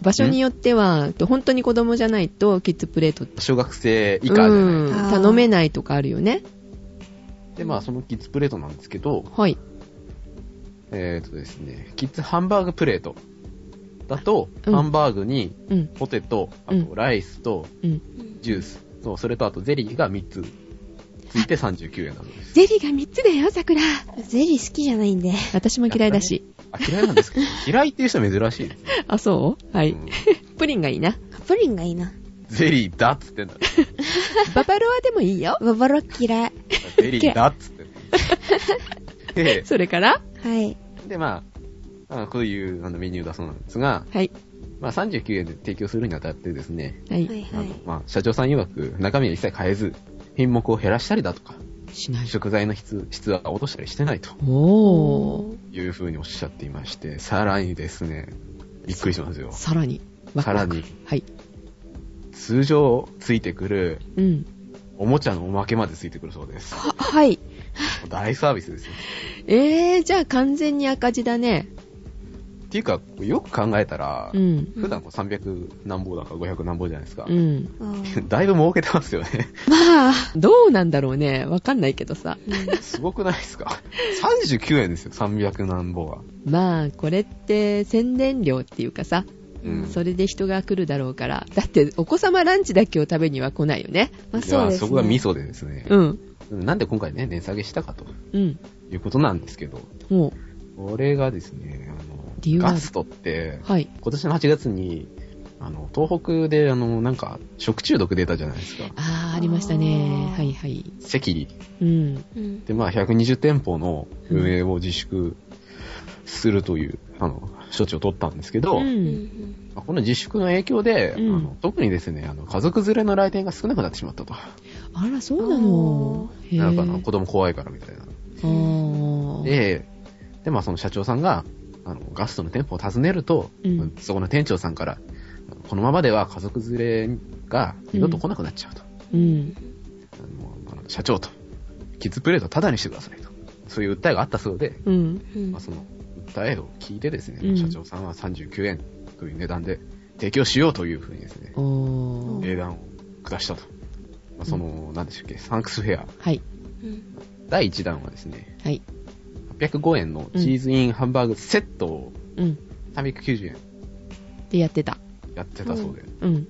場所によっては、と本当に子供じゃないと、キッズプレート
小学生以下じゃない。
うん
あー
頼めないとかあるよね。
で、まあ、そのキッズプレートなんですけど、
はい。
えっ、とですね、キッズハンバーグプレートだと、
うん
ハンバーグに
うん。
ポテト、あ
うん
とライスと
うん。
ジュースと、それとあとゼリーが3つついて39円なのです。
ゼリーが3つだよ、桜。
ゼリー好きじゃないんで。
私も嫌いだし。
あ、嫌いなん ですか嫌いっていう人は珍しいですね、
あ、そうは
う
い。
ん
プリンがいい な。
プリンがいいな。
ゼリーだっつってん だ。
ババロアでもいいよ。
ババロ嫌い。
ゼリーだっつってんだ。 で、
それから
はい。
で、まあ、あこういうあのメニューだそうなんですが、
はい。
まあ、39円で提供するにあたってですね、
はい。
はい
あ
は
の
い。
まあ、社長さん曰く中身は一切変えず、品目を減らしたりだとか、
しない
食材の質質は落としたりしてないと
おー。
いうふうにおっしゃっていまして、さらにですね、びっくりしますよ。
さらに。ワク
さ
ワ
ら
ク
に、
はい。
通常ついてくる
うん。
おもちゃのおまけまでついてくるそうです。
は、はい。
大サービスですよ。
えー、じゃあ完全に赤字だね。
っていうか、よく考えたら
う、ん。
普段こう300何本だか500何本じゃないですか
う。ん。
あー
だいぶ儲けてますよね。
まあ、
どうなんだろうね。わかんないけどさ。
すごくないですか ?39 円ですよ、300何本は。
まあ、これって宣伝料っていうかさ、
うん
それで人が来るだろうから。だって、お子様ランチだけを食べには来ないよね。
まあ
い
そう
や
です、ね。
そこがミソでですね、
うん。
なんで今回ね、値下げしたかと
うん。
いうことなんですけど、
もう、
これがですね、あ
理由
の
がある
ガストって、
はい。
今年の8月に、あの、東北で、あの、なんか、食中毒出たじゃないですか。
あー、ありましたね。
あー
はいはい。
席に
うん。
うん
で、まあ、120店舗の運営を自粛するという、あの、処置を取ったんですけど、
う。
ま
うんん
あこの自粛の影響で、
うん
あの特にですね、あの、家族連れの来店が少なくなってしまったと。
あら、そうなの。へー
なんか、あの、子供怖いからみたいな。
あー
で、で、まあ、その社長さんが、あの、ガストの店舗を訪ねると、
うん
そこの店長さんから、このままでは家族連れが二度と来なくなっちゃうと。
うん。
あのあの社長と、キッズプレートをタダにしてくださいと。そういう訴えがあったそうで、
うん。
うん
まあ、その訴えを聞いてですね、
うん
社長さんは39円という値段で提供しようというふうにですね、
おー。
英断を下したと。まあ、その、なんでしたっけ、サンクスフェア。
はい。
うん
第1弾はですね、
はい。
805円のチーズインハンバーグセットを
うん。
390円
で、やってた。
やってたそうで、
うん。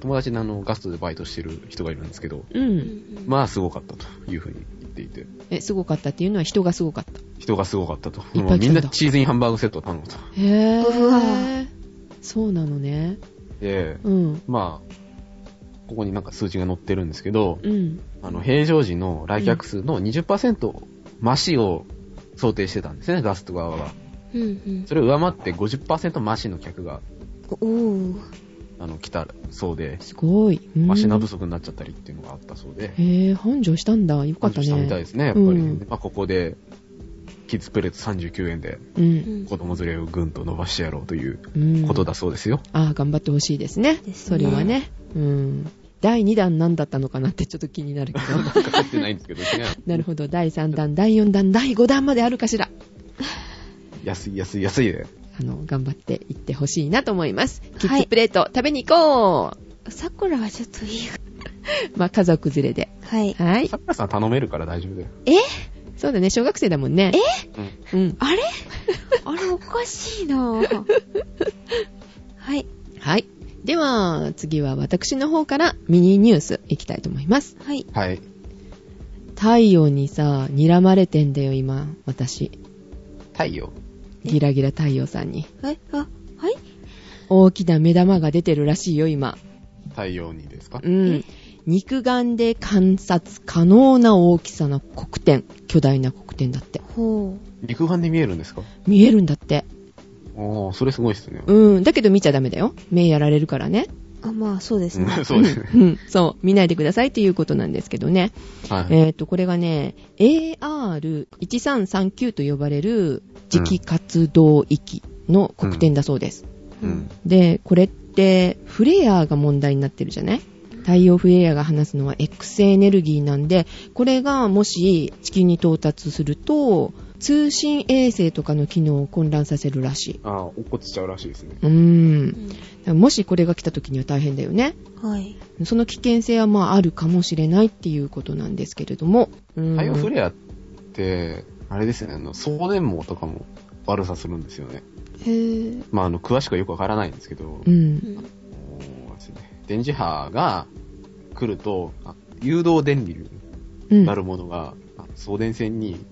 友達のあのガストでバイトしてる人がいるんですけど、
う。
うんん
まあすごかったというふうに言っていて、
え、すごかったっていうのは人がすごかった。
人がすごかったと。
いっ
も
ぱ
う
い来たんだ
みんなチーズインハンバーグセットを頼むと。
へぇ
うわ
ー。そうなのね。
で、
うん。
まあ、ここになんか数字が載ってるんですけど、
うん。
あの、平常時の来客数の20%増しを想定してたんですね、ガスト側は。
うんうん
それを上回って50%増しの客が、
おお
あの、来たそうで、
すごい。うん
まあ、品不足になっちゃったりっていうのがあったそうで、
へぇー、繁盛したんだ。よかったね。
したみたいですね、やっぱり。
うん
まあ、ここで、キッズプレート39円で
うん。
子供連れをぐんと伸ばしてやろうという
うん。
ことだそうですよ。
ああ、頑張ってほしいですね。
です
それ
ね
はね。うん。第2弾何だったのかなってちょっと気になるけど。
なんか書いてないんですけどね。
なるほど。第3弾、第4弾、第5弾まであるかしら。
安い安い安いで。
あの、頑張っていってほしいなと思います。キッ
は
ズ
い
プレート、食べに行こう
さくらはちょっといいよ
まあ、家族連れで。
はい
はい。
さくらさん頼めるから大丈夫だよ。
え
そうだね、小学生だもんね。
うん。
えうん。
あれあれおかしい なぁはい
はい。では、次は私の方からミニニュースいきたいと思います。
はい
はい。
太陽にさ、睨まれてんだよ、今、私。
太陽。
ギラギラ太陽さんに。
はいあはい
大きな目玉が出てるらしいよ、今。
太陽にですか
うん。肉眼で観察可能な大きさの黒点。巨大な黒点だって。
ほ
肉眼で見えるんですか
見えるんだって。
おー、それすごいですね。
うん。だけど見ちゃダメだよ。目やられるからね。
うあまあそうです
う
ね
ん そうですね。
うんうん。 そう。見ないでくださいっていうことなんですけどね。
はい。
えっ、と、これがね、AR1339 と呼ばれる磁気活動域の黒点だそうです。
うん。
で、これってフレアが問題になってるじゃない太陽フレアが話すのは X エネルギーなんで、これがもし地球に到達すると、通信衛星とかの機能を混乱させるらしい。
あー、落っこちちゃうらしいですね。
うー。
うんん
もしこれが来た時には大変だよね。
はい
その危険性はまああるかもしれないっていうことなんですけれども。うん
太陽フレアって、あれですよね、あの、送電網とかも悪さするんですよね。
へぇ
まあ、あの、詳しくはよくわからないんですけど、も
う。
うんですね電磁波が来ると、あ誘導電流
うん
なるものが、あ送電線に、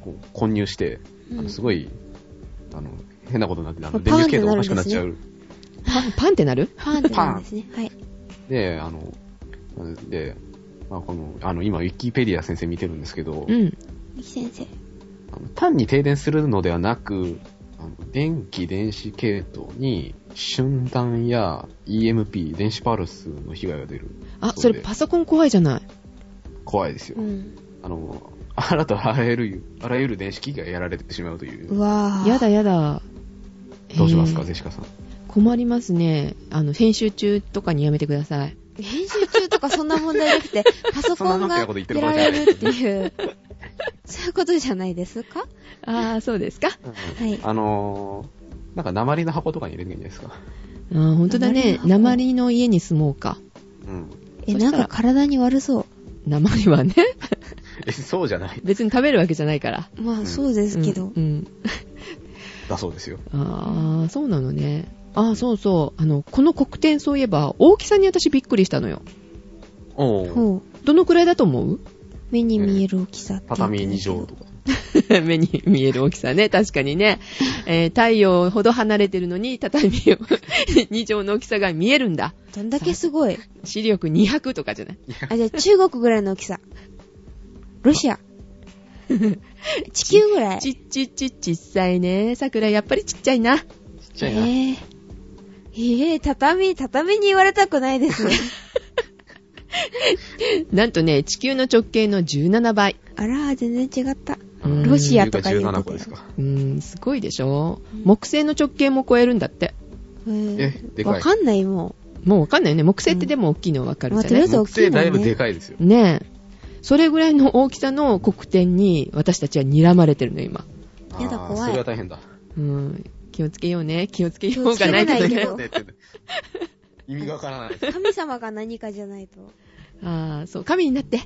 こう、混入して、あのすごい、あの、変なことになって、あ
ま
の、
あ
電流系統がおかしくなっちゃう。
パン、パンってなる
パーンってなんですねはい
で、あの、で、まあ、この、あの、今、ウィキペディア先生見てるんですけど、
うん。
みき先生
あの単に停電するのではなく、あの電気電子系統に瞬断や EMP、電子パルスの被害が出る。
あ、
そ
そうれパソコン怖いじゃない。
怖いですよ。
うん
あの、あなたあらゆる、あらゆる電子機器がやられてしまうという。
うわぁ
やだやだ。
どうしますか、
えー
ゼシカさん。
困りますね。あの、編集中とかにやめてください。
編集中とかそんな問題なく て、パソコンがやられるっていう、そういうことじゃないですか
あー、そうですか。
はい。
あのなんか鉛の箱とかに入れていいんじゃないですか。
あー本当だね。
鉛の箱
鉛の家に住もうか。
うん。
え、
そした
な
ら
んか体に悪そ
鉛はね。
え、そうじゃない。
別に食べるわけじゃないから。
う。ま
う
あ、
ん
そうですけど。
うんうん
だそうですよ。
ああ、そうなのね。ああ、そうそう。あの、この黒点そういえば、大きさに私びっくりしたのよ。
おう
ほう。
どのくらいだと思う
目に見える大きさって言ってたけど
畳2畳とか。
目に見える大きさね。確かにね。えー太陽ほど離れてるのに、畳を 2畳の大きさが見えるんだ。
どんだけすごい。
視力200とかじゃない。
あ、じゃあ中国ぐらいの大きさ。ロ シア。地球ぐらい。
ちっちっちっちっさいね。桜やっぱりちっちゃいな。
ちっ
え
ちゃいな。
ー、えー、畳、畳に言われたくない です。
なんとね、地球の直径の17倍。
あらー、全然違った。
うん
ロシアとか言うてたよ
17個ですか。
うーん、すごいでしょ木星の直径も超えるんだって。
えー
え、でか
わ
い。
かんない、も
もうわかんないよね。木星ってでも大きいのわかるじゃない、
まあとりあえず大
木
きいも
星
んね
だいぶでかいですよ。
ねえ。それぐらいの大きさの黒点に私たちは睨まれてるの、今。
やだ
あー
怖い
それは大変だ。
うん。気をつけようね。気をつけようがないけ
気をつ
ど
けない
ね。
よ
意味がわからないです。
う。神様が何かじゃないと。
ああ、そう。神になって。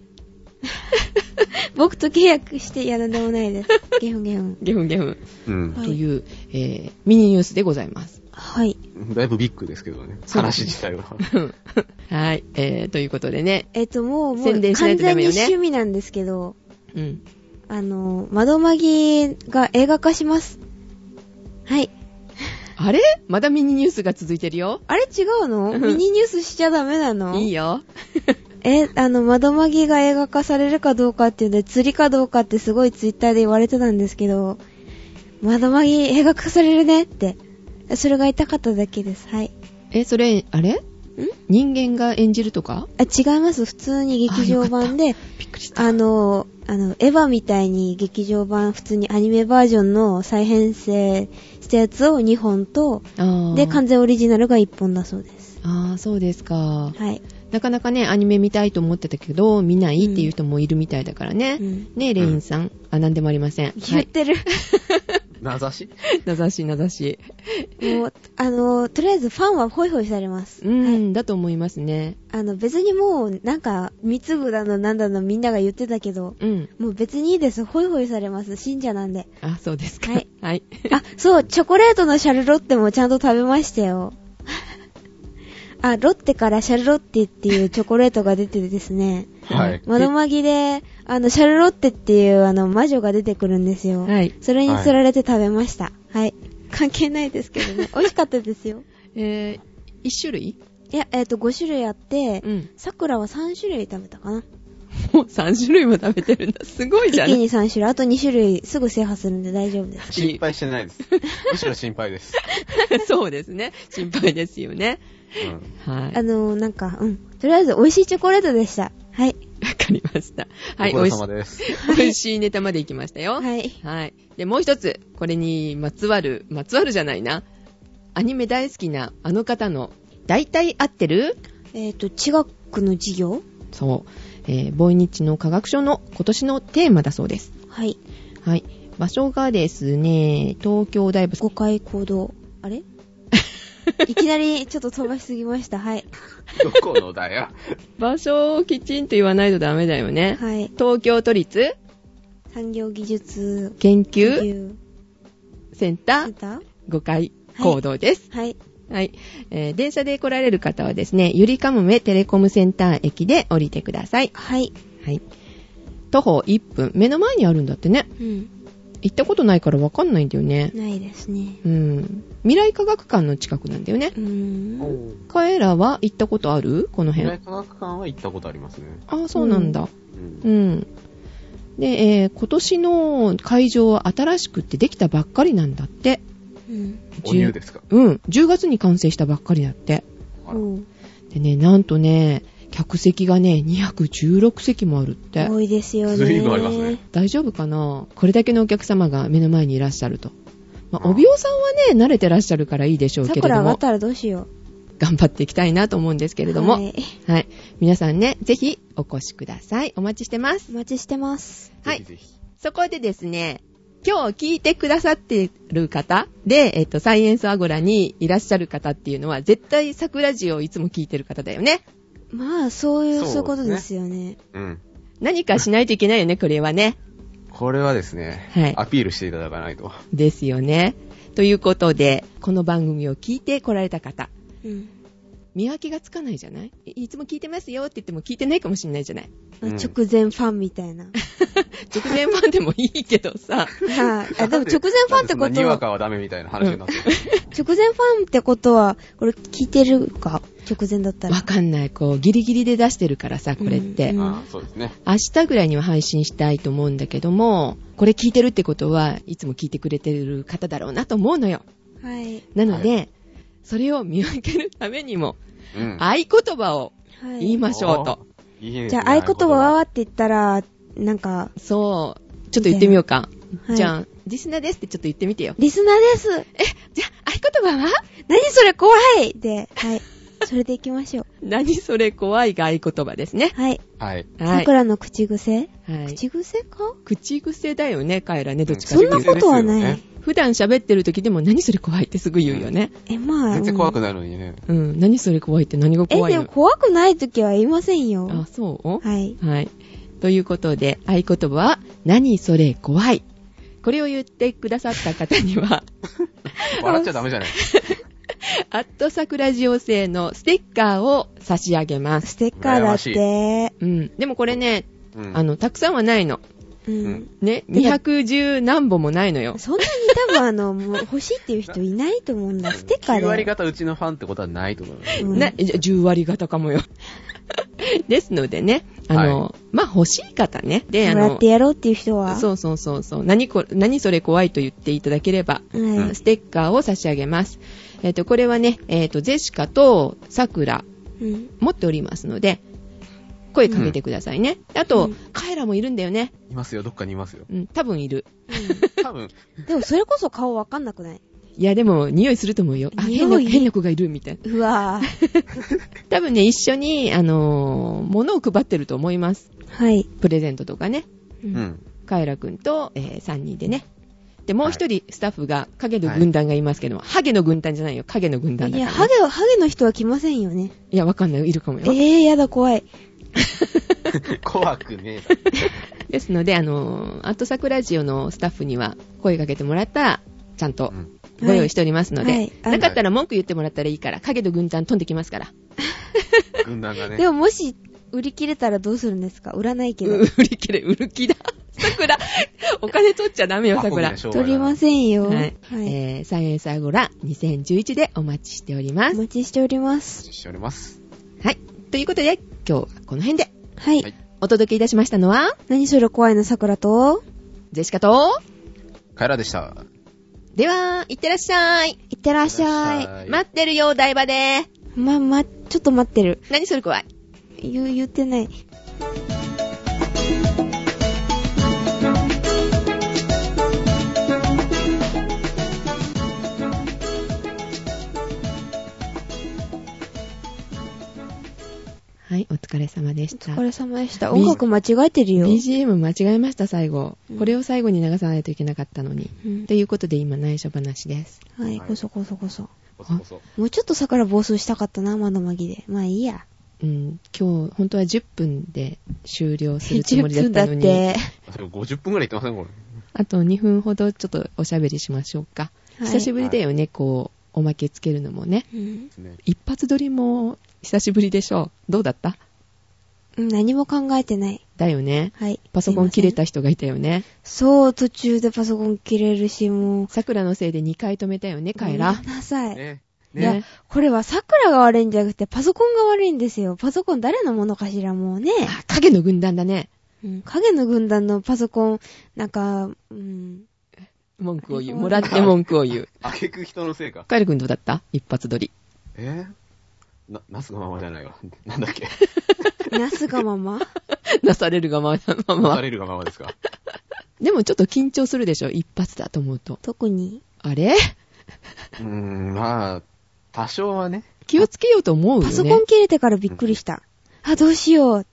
僕と契約して、いや、なんでもないです。ゲフゲフ。
ゲフンゲフン。
うん
は。い
という、えー、ミニニュースでございます。
はい。
だいぶビッグですけどね。
そうですね
話自体は。
はい。えー、ということでね。
えっ、と、もう、も
宣
う、
伝しない
完
とダ
全
メ
に
よね
趣味なんですけど、
うん。
あの、窓まぎが映画化します。はい。
あれまだミニニュースが続いてるよ。
あれ違うの
うん
ミニニュースしちゃダメなの
いいよ。
え、あの、窓まぎが映画化されるかどうかっていうんで、釣りかどうかってすごいツイッターで言われてたんですけど、窓まぎ映画化されるねって。それが痛かっただけです。はい。
え、それ、あれ人間が演じるとか
あ、違います。普通に劇場版で、
びっくりした。
あの、あの、エヴァみたいに劇場版、普通にアニメバージョンの再編成したやつを2本と、
あー
で、完全オリジナルが1本だそうです。
あーそうですか。
はい。
なかなかね、アニメ見たいと思ってたけど、見ないっていう人もいるみたいだからね。
うん
ねえ、レインさん。あ、なんでもありません。は
言っ
い。
てる。
名指し
名指し、名指し。
もう、あの、とりあえずファンはホイホイされます。
うん、
はい。
だと思いますね。
あの、別にもう、なんか、貢ぐだの、なんだの、みんなが言ってたけど、
うん。
もう別にいいです。ホイホイされます。信者なんで。
あ、そうですか。
はい。
はい。
あ、そう、チョコレートのシャルロッテもちゃんと食べましたよ。あ、ロッテからシャルロッテっていうチョコレートが出ててですね、
はい。
窓まぎで、あの、シャルロッテっていう、あの、魔女が出てくるんですよ。
はい。
それに釣られて食べました。はい。関係ないですけどね。 美味しかったですよ。
えー、一種類
いや、えっ、と、5種類あって
う、ん。
桜は3種類食べたかな。
もう3種類も食べてるんだ。すごいじ
一
ゃ
気
ん。
に3種類、あと2種類すぐ制覇するんで大丈夫です。
心配してないです。むしろ心配です。
そうですね。心配ですよね。
うん
はい。
あの、なんか、うん。とりあえず美味しいチョコレートでした。はい。
わかりました。はい、
ご
美
苦
味
労
し
様です。
美味しいネタまでいきましたよ。はい。
はい。
で、もう一つ、これにまつわる、まつわるじゃないな。アニメ大好きなあの方の、大体合ってる
えっ、と、地学の授業
そう。えー、ボイニッチの科学書の今年のテーマだそうです。
はい。
はい。場所がですね、東京大仏。
誤解行動。あれいきなりちょっと飛ばしすぎました。はい。
どこのだよ。
場所をきちんと言わないとダメだよね。
はい。
東京都立
産業技術
研
研
究
究
セン
セ
タ
ン
ー
ター
5階行動です。
はい。
はい、えー電車で来られる方はですね、ゆりかもめテレコムセンター駅で降りてください。
はい。
はい。徒歩1分。目の前にあるんだってね。
うん。
行ったことないからわかんないんだよね。
ないですね。
うん。未来科学館の近くなんだよね
う。ーん。
彼らは行ったことあるこの
未
辺
来。科学館は行ったことありますね。
ああ、そうなんだ。
うん
うん。で、えー今年の会場は新しくってできたばっかりなんだって。
うん。
お乳ですか。
うん。10月に完成したばっかりだって。
あら
うん
でね、なんとね、客席がね、216席もあるって。
多いですよね。
随分ありますね。
大丈夫かなこれだけのお客様が目の前にいらっしゃると。まあ、
うん
おびおさんはね、慣れてらっしゃるからいいでしょうけれ
桜
ど
上がっ
も、
たらどうしよう。
頑張っていきたいなと思うんですけれども、
は
はい、
い
皆さんね、ぜひお越しください。お待ちしてます。
お待ちしてます。
はい
ぜひぜひ。
そこでですね、今日聞いてくださってる方で、えっと、サイエンスアゴラにいらっしゃる方っていうのは、絶対桜ジをいつも聞いてる方だよね。
まあ、そういう、
そうで
そ
すね
ういうことですよね。
うん。
何かしないといけないよね、これはね。
これはですね、
はい
アピールしていただかないと。
ですよね。ということで、この番組を聞いて来られた方、
うん。
見分けがつかないじゃないいいつも聞いてますよって言っても聞いてないかもしれないじゃない
まあ
うん
直前ファンみたいな。
直前ファンでもいいけどさ。
はい。あ、でも直前ファンって
な
こ
ん
と
でそんなにわ
は、
かはダメみたいな話になってる。
直前ファンってことは、これ聞いてるか直前だったら
わ。かんない。こう、ギリギリで出してるからさ、これって。
うん
あーそうですね。
明日ぐらいには配信したいと思うんだけども、これ聞いてるってことはいつも聞いてくれてる方だろうなと思うのよ。
はい。
なので、それを見分けるためにも、
うん。
合言葉を
はい。
言いましょうと。
いいですね
じゃあ、合言葉はーって言ったら、なんか、
そう。ちょっと言ってみようか。
はい
じゃあ、リスナーですってちょっと言ってみてよ。
リスナーです
じゃあ、合言葉は
何それ怖いで、はい。それで行きまし ょう。
何それ怖いが合言葉ですね。
はい。
はい。
はい。
桜の口癖
はい、
口癖か
口癖だよね、彼らね、どっちか
そ
と
ん
い
な
うと。
ことはない
ですよね
普段喋ってる時でも何それ怖いってすぐ言うよね。
え、まあ。
全然怖く
い。
ないのにね。
うん、何それ怖いって何が
え、
怖い
でも
の
怖くない時は言いませんよ。
あ、そう
はい。
はい。ということで、合言葉は、何それ怖い。これを言ってくださった方に は、
笑っちゃダメじゃない。
アットサクラジオ製のステッカーを差し上げます。
ステッカーだって。
うん。でもこれね、
うん
あの、たくさんはないの。
う
うんん。
ね、210何本もないのよ。
そんなに多分あの、もう欲しいっていう人いないと思うんだ。ステッカー
9
だ
割
よ。
方うちのファンってことはないと思います。
うん
な、じゃ10割方かも よ。ですのでね、あの、まあ、欲しい方ね。で、あ
もらっ
の
て、やろうっていう人は。
そうそうそうそう、何こ、何それ怖いと言っていただければ、
は
ステッカーを差し上げます。えっ、と、これはね、えっ、と、ゼシカとサクラ
い。うん。
持っておりますので、声かけてくださいね。あと、
うん
カエラもいるんだよね。
いますよ、どっかにいますよ。
うん、多分いる。
多分、
うんでもそれこそ顔わかんなくない
いや、でも、匂いすると思うよ。あ、変な、
匂い
変な子がいるみたいな。
うわぁ。
多分ね、一緒に、あのー物を配ってると思います。
はい。
プレゼントとかね。
う。
うんん。
カエラくんと、えー3人でね。で、もう一人スタッフが影の
はい
軍団がいますけども、ハゲの軍団じゃないよ。影の軍団だ
い
から
や、
ね、
ハゲは、ハゲの人は来ませんよね。
いや、わかんない。いるかも
え
よ。
ー、やだ、怖い。
怖くね
ですので、あのー、アットサクラジオのスタッフには声かけてもらったら、ちゃん
え。
と
うん
ご用意しておりますので、
はいあの
なかったら文句言ってもらったらいいから、影の軍団飛んできますから。
軍団がね
で。ももし、売り切れたらどうするんですか売らないけ
う
ど。
売り切れ、売る 気だ。桜、お金取っちゃダメよ、桜。は。
箱。
取りますせんよ。はい
えー、サイエンスアゴラ2011でお待ちしておりま
お
す。
待ちしております。
しております。
はい。ということで、今日はこの辺で
はい。
はい
お届けいたしましたのは、
何それ怖いの桜と、
ジェシカと、
カエラでした。
では、いってらっしゃい。
いってらっし
いって
ゃ
らっしゃはい
待ってるよ、お台場で。
い。ま、ま、ちょっと待ってる。
何それ怖い。
言う、言ってない。
はい、お疲れ様で
お
した。
疲れ様でした。
み
音楽間違えてるよ。
BGM 間違えました、最後
うん。
これを最後に流さないといけなかったのに。
うん
ということで、今、内緒話です。
はい、こそこそこそ。
こそこそ。
もうちょっと桜暴走したかったな、窓まぎで。まあいいや。
うん、今日、本当は10分で終了するつもりだっ
10分だ
た
っ
のに、
て。
あでも50分くらい言ってません、これ。
あと2分ほどちょっとおしゃべりしましょうか。
はい
久しぶりだよね、こう、おまけつけるのもね。
うん
ね
一発撮りも久しぶりでしょう。どうだった
うん何も考えてない。
だよね。
はい。
パソコン切れ
すいま
た人がいたよね。
せん。そう、途中でパソコン切れるし、もう。
桜のせいで2回止めたよね、カエ
ご
ラ
めん。なさい。
ね。
いや
ね、
これは桜が悪いんじゃなくて、パソコンが悪いんですよ。パソコン誰のものかしら、もうね。
あ影の軍団だね。
うん、影の軍団のパソコン、なんか、うん。
文句を言う。もらって文句を言う。
あげく人のせいか。
カエル君どうだった一発撮り。
えな、なすのままじゃないわ。 なんだっけ。
なすが まま
なされるがまま
さ
ま。
れるがままですか。
でもちょっと緊張するでしょ一発だと思うと。
特に。
あれ
うーん、まあ、多少はね。
気をつけようと思うよね。
パソコン切れてからびっくりした。あ、どうしようっ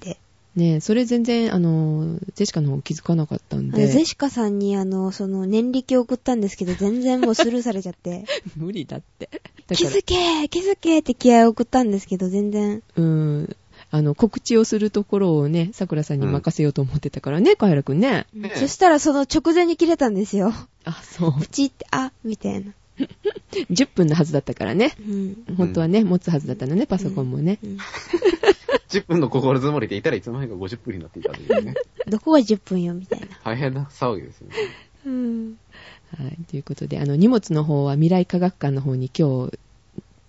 て。
ねえそれ全然、あの、ジェシカの方気づかなかったん
あの
で、
ゼシカさんに、あの、その、年力を送ったんですけど、全然もうスルーされちゃって、
無理だって。だ
気
から
づけ気づけって気合を送ったんですけど、全然。
うん。あの、告知をするところをね、さくらさんに任せようと思ってたからね、カエラくんね。
ね
そしたら、その直前に切れたんですよ。
あ、そう。
プチって、あ、みたいな。
10分のはずだったからね
う。ん。
本当はね、持つはずだったのね、パソコンもね。
うん
10分の心づもりでいたらいつの間にか50分になっていたというね。
どこが10分よ、みたいな。
大変な騒ぎですよね。
うん。
はい。ということで、あの、荷物の方は未来科学館の方に今日、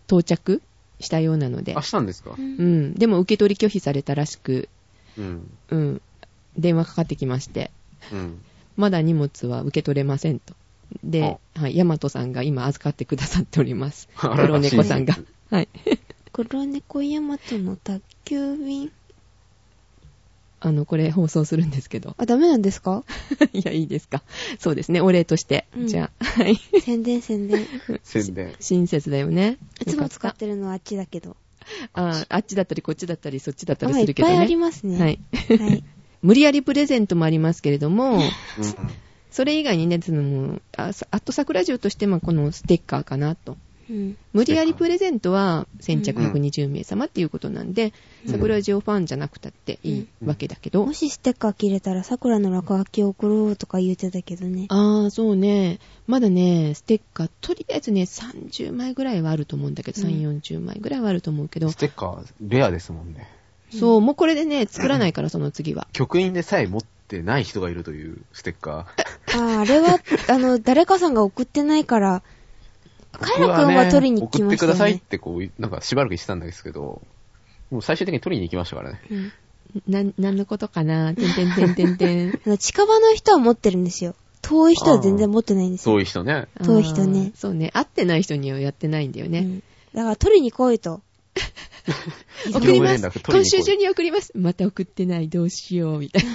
到着したようなので
あ、。したんですか
うん。でも受け取り拒否されたらしく、
うん。
うん。電話かかってきまして、
うん。
まだ荷物は受け取れませんと。で、はい。ヤマトさんが今預かってくださっており ます。
あ
黒猫さんが
らしいで。
はい。
黒猫ヤマトの宅急便。
あの、これ放送するんですけど。
あ、ダメなんですか
いや、いいですか。そうですね。お礼として。
うん
じゃあ、はい。
宣伝宣 伝。
宣伝。
親切だよね。
いつも使って
る。
るのはあっちだけど。
ああっちだったり、こっちだったり、そっちだったり
あ、
す
い
る
っ
けど
ぱ
ね。
いありますね。
はい。。
はい。
無理やりプレゼントもありますけれども、
うんうん。
それ以外にね、その、あさアット桜城として、まあ、このステッカーかなと。
うん。
無理やりプレゼントは先着120名様っていうことなんで、
うん
桜城ファンじゃなくたっていいわけだけど、
もしステッカー切れたら、桜の落書きを送ろうとか言ってたけどね。
ああ、そうね。まだね、ステッカー、とりあえずね、30枚ぐらいはあると思うんだけど、
うん
3、40枚ぐらいはあると思うけど
ス、テッカー、レアですもんね。
そう、もうこれでね、作らないから、その次は。
局員でさえ持ってない人がいるというステッカー。
ああ、あれは、あの、誰かさんが送ってないから、カイラ君は取りに来ました
僕はね送ってく
よ
ださいっ
ね。
てこう、なんかしばらく言ってたんですけど、もう最終的に取りに行きましたからね。
うん
なん、なんのことかな、てんてんてんてんてん。
あの近場の人は持ってるんですよ。遠い人は全然持ってないんですよ。
そういう人ね。
遠い人ね
あーそうね、会ってない人にはやってないんだよ
う
ね。
んだから取りに来いと。
送りま
業務連
す
絡。取りに行こう
今週中に送ります。また送ってない、どうしよう、みたい な。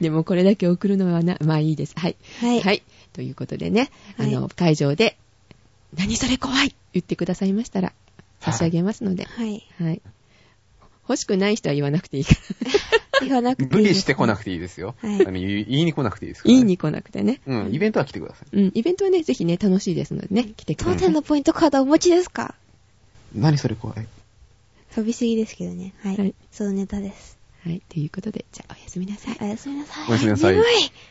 でもこれだけ送るのはな、まあいいです。はい。
はい。
はい。ということでね、あ
はい
の、会場で、何それ怖い言ってくださいましたら、差し上げますので。
はい。
はい。欲しくない人は言わなくていいから。
言わなくていいです。
無理して来なくていいですよ。
はい
あの言い言いに来なくていいで すから、
いい。に来なくてね。
うん、イベントは来てください。
うん、イベントはね、ぜひね、楽しいですのでね、来てく
当
ださい。
店のポイントカードお持ちですか
何それ怖い。
飛びすぎですけどね。はい。
はい
そのネタです。
はい、ということで、じゃあおやすみなさい。
おやすみなさい。
おやすみなさい
眠い